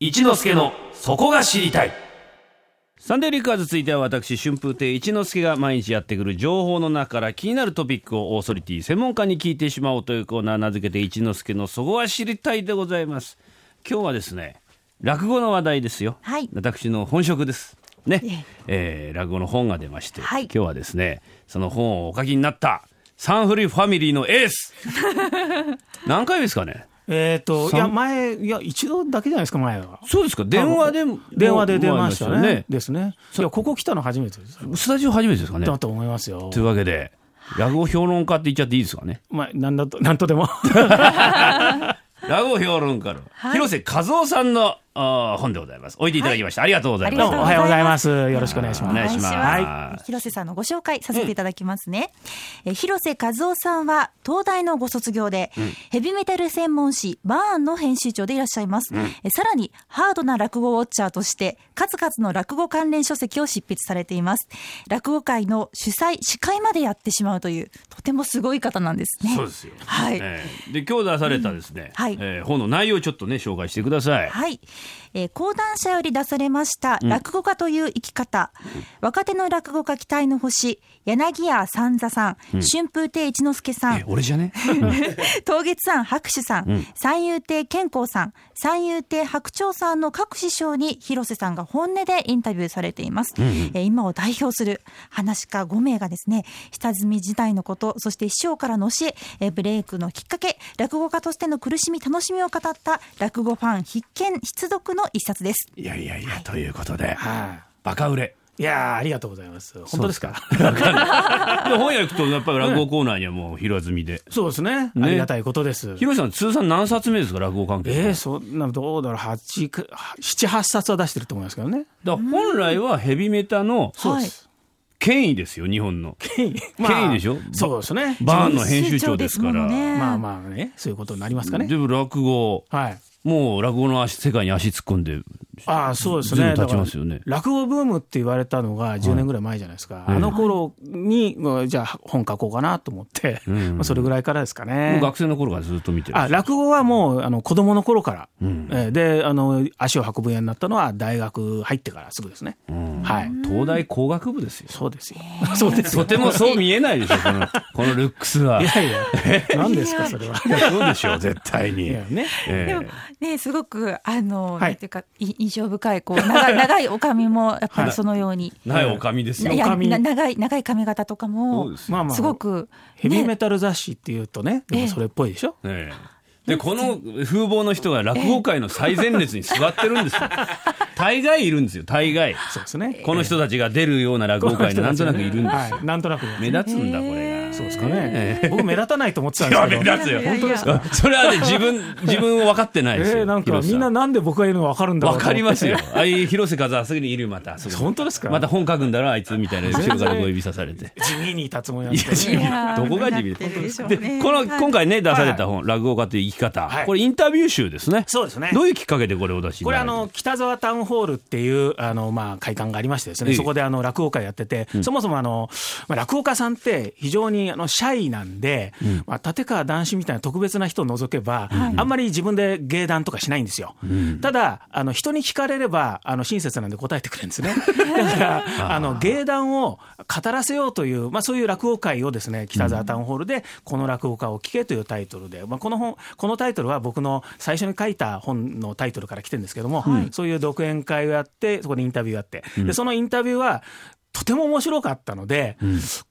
一之助のそこが知りたいサンデーリッカーズ続いては私春風亭一之輔が毎日やってくる情報の中から気になるトピックをオーソリティ専門家に聞いてしまおうというコーナー名付けて一之輔のそこは知りたいでございます今日はですね落語の話題ですよ、はい私の本職ですねえ、えー落語の本が出まして、はい今日はですねその本をお書きになったサンフリーファミリーのエース何回目ですかねえっ、と、いさんや、前、いや、一度だけじゃないですか、前は。そうですか電話であの電話で出ましたもうありよね。ですね。いや、ここ来たの初めてです。スタジオ初めてですかね。だと思いますよとい。うわけで、落語評論家って言っちゃっていいですかね。まあ、なんだと、 なんとでも。落語評論家の広瀬和夫さんのあー本でございます。置いていただきました。ありがとうございどうまもす。 おはようございます。よろしくお願いしおま願いす。します。は広瀬さんのご紹介させていただきますね。え広瀬和夫さんは東大のご卒業で、ヘビメタル専門誌バーンの編集長でいらっしゃいます。えさらにハードな落語ウォッチャーとして数々の落語関連書籍を執筆されています。落語界の主催司会までやってしまうというとてもすごい方なんですね。そうですよ。はい。えーで今日出されたですね、はいえー本の内容をちょっとね紹介してください。はい、えー講談社より出されました落語家という生き方、若手の落語家期待の星柳家三座さん、春風亭一之輔さえん俺じゃね。東月さん白手さん、三遊亭健康さん三遊亭白鳥さんの各師匠に広瀬さんが本音でインタビューされています、えー今を代表する話し家5名がですね下積み時代のことそして師匠からの教ええーブレイクのきっかけ落語家としての苦しみ楽しみを語った落語ファン必見必読の一冊ですいやいやいやということで、い。はバカ売れ。い。いやー、ありがとうございます。本当ですか。で本屋行くとやっぱり落語コーナーにはもう平積みで。そうですね。ありがたいことです。広瀬さん通算何冊目ですか落語関係。えー、そんな、どうだろう、八か、七、八冊は出してると思いますけどね。だから本来はヘビメタのそうですす。権威ですよ日本の。権威でしょそうですね。バーンの編集長ですから。でまあまあね、そういうことになりますかね。も落語、はい。もう落語の足世界に足突っ込んで、ああそうです随ね分経ちますよねだから落語ブームって言われたのが10年ぐらい前じゃないですか、ええあの頃に、まあじゃあ本書こうかなと思って、ん まあ、それぐらいからですかもうね。学生の頃からずっと見てる。あ落語はもうあの子供の頃から、んえーであの足を運ぶようになったのは大学入ってからすぐですね、うんはい東大工学部ですよ。そうですよ、 そうですよとてもそう見えないでしょ、この、このルックスは。いいやいや 何ですかそれはやそうでしょう、絶対いに。やねえでもえねすごくあの、いなんていうかい印象深いこう長い 長いお髪もやっぱりそのように、ないおかみですよい。や髪な長い長い髪型とかそうもですまあまあすごく、ヘビーねメタル雑誌っていうとねでもそれっぽいでしょ、ええで、この風貌の人が落語界の最前列に座ってるんですよ。大概いるんですよ、大概。そうですねこの人たちが出るような落語界になんとなくいるんですよ。はい、なんとなく目立つんだ、これが。そうですかね。僕目立たないと思ってたんいですや目けど。立つよいやいやいや本当ですか。それはね自分自分を分かってないえですよ。ー、なんかみんな分なんで僕がいるの分かるんだろうとか思ってりますよ。。ああいう広瀬和夫はすぐにいるよまた。すぐ本当ですか。また本書くんだろあいつみたいな後ろからこう指さされて。地味に立つもんやいやつ。地味いやどこが地味目立ってるでしょうねでこのはい今回ね出された本落語家という生き方はいこれインタビュー集ですね。そうですねどういうきっかけでこれをお出しにこなれらあれたの北沢タウンホールっていうあのまあ会館がありましてですえね、えそこであの落語会やってて、そもそもあの、まあ、落語家さんって非常にあのシャイなんで、まあ、立川談志みたいな特別な人を除けば、あんまり自分で芸談とかしないんですよ、ただあの人に聞かれればあの親切なんで答えてくれるんで すねだからあの芸談を語らせようという、まあ、そういう落語会をですね北沢タウンホールで「この落語家を聞け」というタイトルで、まあ、この本このタイトルは僕の最初に書いた本のタイトルから来てるんですけども、そういう独演会をやってそこでインタビューをやって、でそのインタビューはとても面白かったので、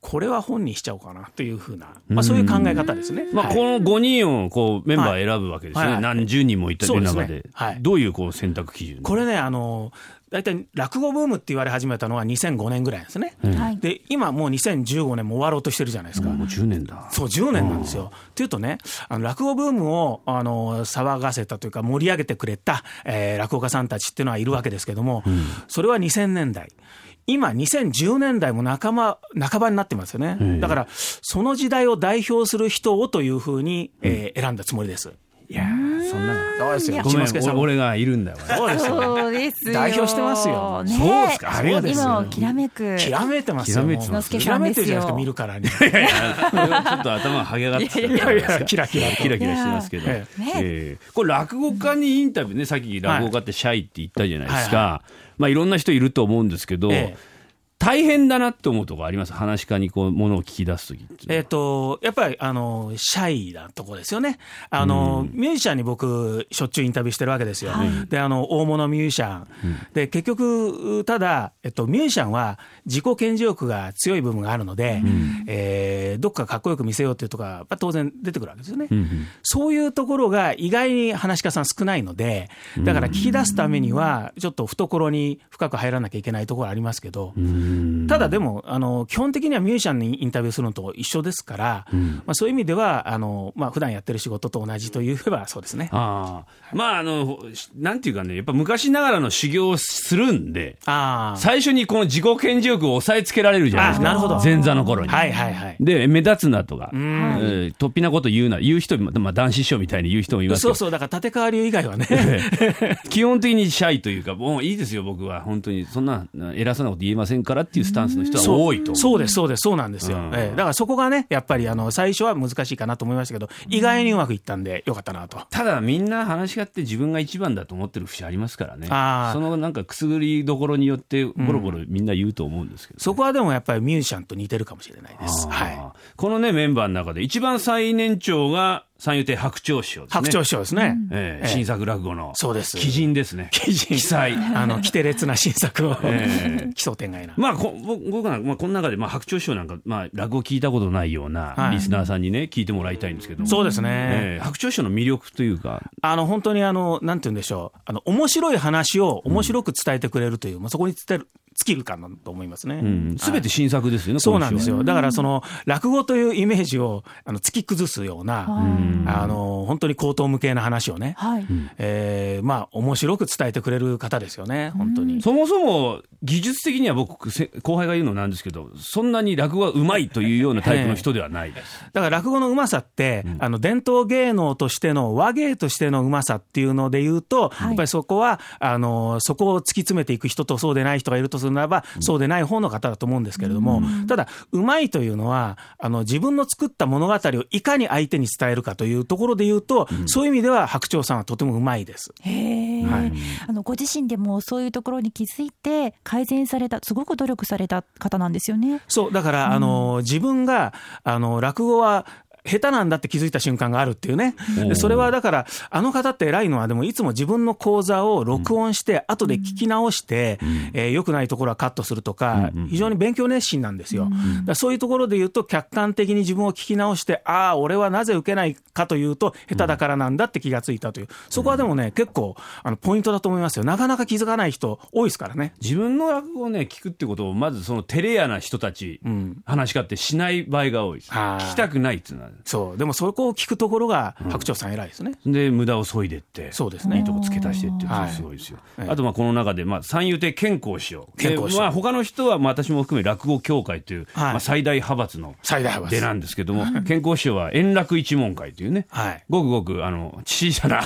これは本にしちゃおうかなというふうな、まあ、そういう考え方ですね。まあはいこの5人をこうメンバー選ぶわけですよはね。い何十人もいたそうですね中ではいどういうこう選択基準。これねあの大体落語ブームって言われ始めたのは2005年ぐらいなんですね。はいで今もう2015年も終わろうとしてるじゃないですか。もう10年だ。そう10年なんですよ。というとねあの落語ブームをあの騒がせたというか盛り上げてくれた、えー落語家さんたちっていうのはいるわけですけども、それは2000年代今2010年代も仲間半ばになってますよね、だからその時代を代表する人をというふうに、えー選んだつもりです。いやーそんなのどうですよご一めん之輔さん俺も俺がいるんだよそうですよそうですよ。代表してますよねえそうですかありがとうございます今をきらめく。きらめてますよきらめもてうますよきらめてるじゃなくて見るからにいいやいやそれはちょっと頭がはげ上がってたじゃないやいですやかキラキラキラキラしてますけど、いやねえーこれ落語家にインタビューねさっき落語家ってシャイって言ったじゃないですか、はいまあ、いろんな人いると思うんですけど、ええ大変だなって思うとこあります話し家にこうものを聞き出す時っていうのはえっと、やっぱり、あの、シャイなとこですよね。あの、ミュージシャンに僕、しょっちゅうインタビューしてるわけですよ。はいで、あの、大物ミュージシャン。で、結局、ただ、えっと、ミュージシャンは自己顕示欲が強い部分があるので、えーどっかかっこよく見せようっていうとか、まあ当然出てくるわけですよね。そういうところが意外に話し家さん少ないので、だから聞き出すためには、ちょっと懐に深く入らなきゃいけないところありますけど、ただでも、あの基本的にはミュージシャンにインタビューするのと一緒ですから、まあ、そういう意味では、あのまあ普段やってる仕事と同じと言えばそうですね。ああまああのしなんていうかねやっぱ昔ながらの修行をするんであー最初にこの自己顕示欲を押さえつけられるじゃないですかあなるほど前座の頃に。はいはいはい。で目立つなとか、えんー突飛なこと言うな言う人も、まあ、男子師匠みたいに言う人もいますけそどうそう、だから立川流以外はね、基本的にシャイというか、もういいですよ、僕は、本当に、そんな偉そうなこと言えませんからっていうスタンスの人は 多いと。そうです、そうです、そうなんですよ。うんええだからそこがね、やっぱりあの最初は難しいかなと思いましたけど、意外にうまくいったんで、よかったなと。ただみんな話し合って自分が一番だと思ってる節ありますからねあーそのなんかくすぐりどころによってボロボロみんな言うと思うんですけど、そこはでもやっぱりミュージシャンと似てるかもしれないです。あはーい、このねメンバーの中で一番最年長が三遊亭白鳥師匠ですね白鳥師匠ですね。ええええ新作落語のそうです鬼人ですね鬼人鬼才あの、奇て烈な新作を、ええ 奇想天外な。まあ、こ僕僕なんか、まあ、この中で、まあ、白鳥師匠なんか、まあ、落語聞いたことないようなはいリスナーさんにね、聞いてもらいたいんですけどもそうですね。ええ白鳥師匠の魅力というか、あの本当にあの、なんて言うんでしょう、あの面白い話を面白く伝えてくれるという、まあ、そこに伝える尽きるかなと思いますね。すべて新作ですよね、そう今週はなんですよ。だからその落語というイメージをあの突き崩すような、あの本当に高等無形な話をね、はい。えーまあ面白く伝えてくれる方ですよね、本当に。そもそも技術的には僕、せ後輩が言うのなんですけど、そんなに落語がうまいというようなタイプの人ではないです。だから落語のうまさって、あの伝統芸能としての和芸としてのうまさっていうので言うと、いやっぱりそこはあのそこを突き詰めていく人とそうでない人がいるとするならば、そうでない方の方だと思うんですけれども、ただうまいというのはあの自分の作った物語をいかに相手に伝えるかというところで言うと、そういう意味では白鳥さんはとてもうまいです。へえ、はいあのご自身でもそういうところに気づいて改善されたすごく努力された方なんですよね。そうだから、あの自分があの落語は下手なんだって気づいた瞬間があるっていうねおーでそれはだからあの方って偉いのはでもいつも自分の講座を録音して後で聞き直して、えー良くないところはカットするとか、非常に勉強熱心なんですよ、だからそういうところで言うと客観的に自分を聞き直してああ俺はなぜ受けないかというと下手だからなんだって気がついたというそこはでもね結構あのポイントだと思いますよなかなか気づかない人多いですからね。自分の落語をね、聞くってことを、まずその照れ屋な人たち、うん話し家ってしない場合が多いです。あー聞きたくないっていうのは。そう、でもそこを聞くところが白鳥さん偉いですね。で、無駄を削いでって。そうですねいいとこ付け足してっていうのはがいすごいですよ。ええあとまあこの中でまあ三遊亭健康師匠、健康師匠でまあ他の人はまあ私も含め落語協会という、はいまあ最大派閥の最大派出閥。なんですけども、健康師匠は円楽一門会というね。はい。ごくごくあの小さ な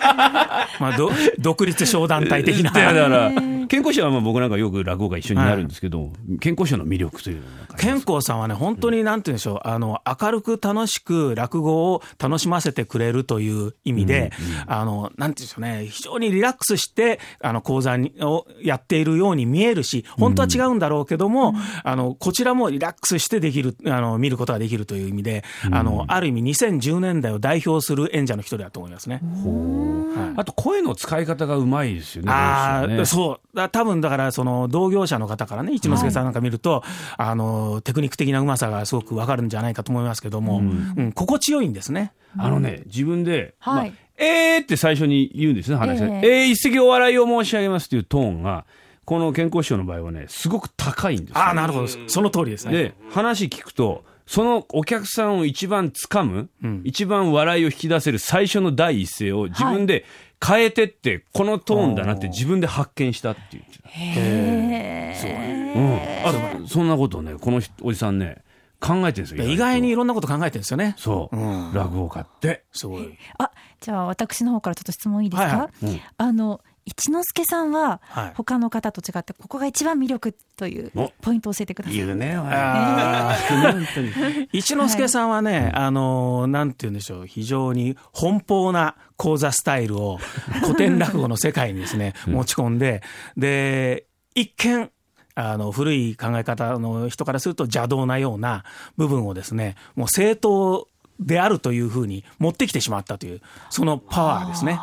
まあ、ど 独立小団体的な。だから健康師匠はまあ僕なんかよく落語が一緒になるんですけど、健康師匠の魅力というのはなんか健康さんはね、本当になんて言うんでしょう、あの、明るく楽しく落語を楽しませてくれるという意味で、あの、なんて言うんでしょうね、非常にリラックスして、あの、講座にをやっているように見えるし、本当は違うんだろうけども、あの、こちらもリラックスしてできる、あの、見ることができるという意味で、あの、ある意味2010年代を代表する演者の一人だと思いますね。はいあと声の使い方がうまいですよね。あどうあ、してもねそう。だ多分だから、その同業者の方からね、一之輔さんなんか見ると、あの、テクニック的なうまさがすごくわかるんじゃないかと思いますけども、うん、心地よいんですね。あのね自分で、はいまあえーって最初に言うんですね話で、ええー一石お笑いを申し上げますというトーンがこの健康師匠の場合はねすごく高いんですよああ、なるほど。その通りですね。で話聞くとそのお客さんを一番つかむ、一番笑いを引き出せる最初の第一声を自分で変えてって、このトーンだなって自分で発見したっていう、へえ。うん、あそんなことをねこの人おじさんね考えてるんですよ。意外にいとろんなこと考えてるんですよね。そう、うん落語家って。すごい。あじゃあ私の方からちょっと質問いいですか、はいはうんあの一之輔さんははい他の方と違ってここが一番魅力というおポイントを教えてください。言うね。おいあ聞くね 本当に一之輔さんはね、あのーなんて言うんでしょう非常に奔放な講座スタイル を古典落語の世界にですね持ち込んでで一見あの古い考え方の人からすると邪道なような部分をですねもう正当であるというふうに持ってきてしまったというそのパワーですね。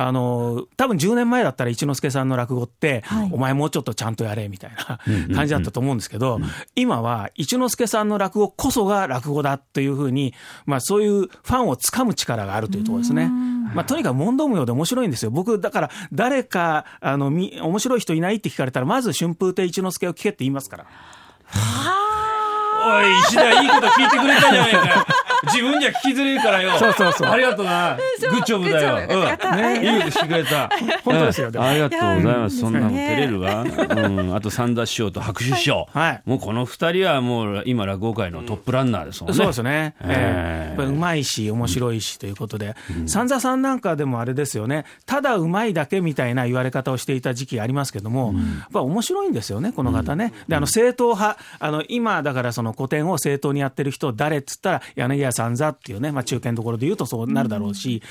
あのー多分10年前だったら一之輔さんの落語って、はいお前もうちょっとちゃんとやれみたいな感じだったと思うんですけど、今は一之輔さんの落語こそが落語だというふうに、まあ、そういうファンをつかむ力があるというところですね。まあ、とにかく問答無用で面白いんですよ。僕、だから、誰か、あの、み、面白い人いないって聞かれたら、まず春風亭一之輔を聞けって言いますから。おい、石田、いいこと聞いてくれたじゃないか。自分じゃ聞きづれいからよ。そうそうそう。ありがとうな。グッジョブだグッジョブよかっよ。たうん。ね、いいことしてくれた。本当ですようんでもありがとうございます。いやそんなの照ねれるわ。うん。あと、三田師匠と白手師匠。はいもうこの二人はもう、今、落語界のトップランナーですもんね。そうですね。ええええやっぱりうまいし、面白いしということで、三座さんなんかでもあれですよね、ただうまいだけみたいな言われ方をしていた時期ありますけども、やっぱ面白いんですよね、この方ね。で、あの正統派、あの今、だからその古典を正統にやってる人、誰っつったら、柳家三座っていうね、まあ、中堅どころで言うとそうなるだろうし、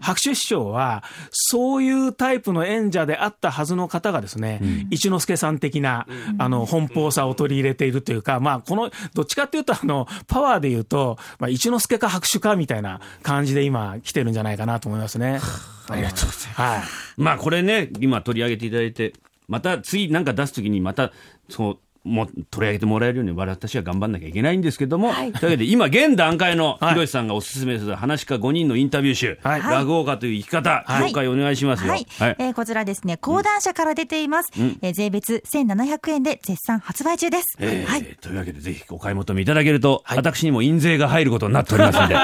白秋師匠は、そういうタイプの演者であったはずの方がですね、一之輔さん的な、あの、奔放さを取り入れているというか、まあ、この、どっちかっていうと、あの、パワーで言うと、まあ、一之輔か白手かみたいな感じで今、来てるんじゃないかなと思いますね。 ありがとうございます。はい。まあこれね今取り上げていただいてまた次なんか出す時にまたそうもう取り上げてもらえるように私は頑張んなきゃいけないんですけども、はいというわけで今現段階のはいひろしさんがおすすめする話し家5人のインタビュー集「はい落語家という生き方」はい紹介お願いしますよ。はい、はいえーこちらですね講談社から出ています、えー税別1700円で絶賛発売中です、えーはいというわけでぜひお買い求めいただけると、私にも印税が入ることになっておりますので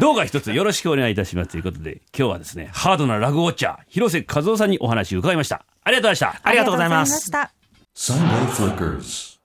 どうか一つよろしくお願いいたしますということで今日はですねハードな落語ウォッチャー広瀬和夫さんにお話を伺いましたありがとうございましたありがとうございまありがとうございますし。た Sunday Flickers.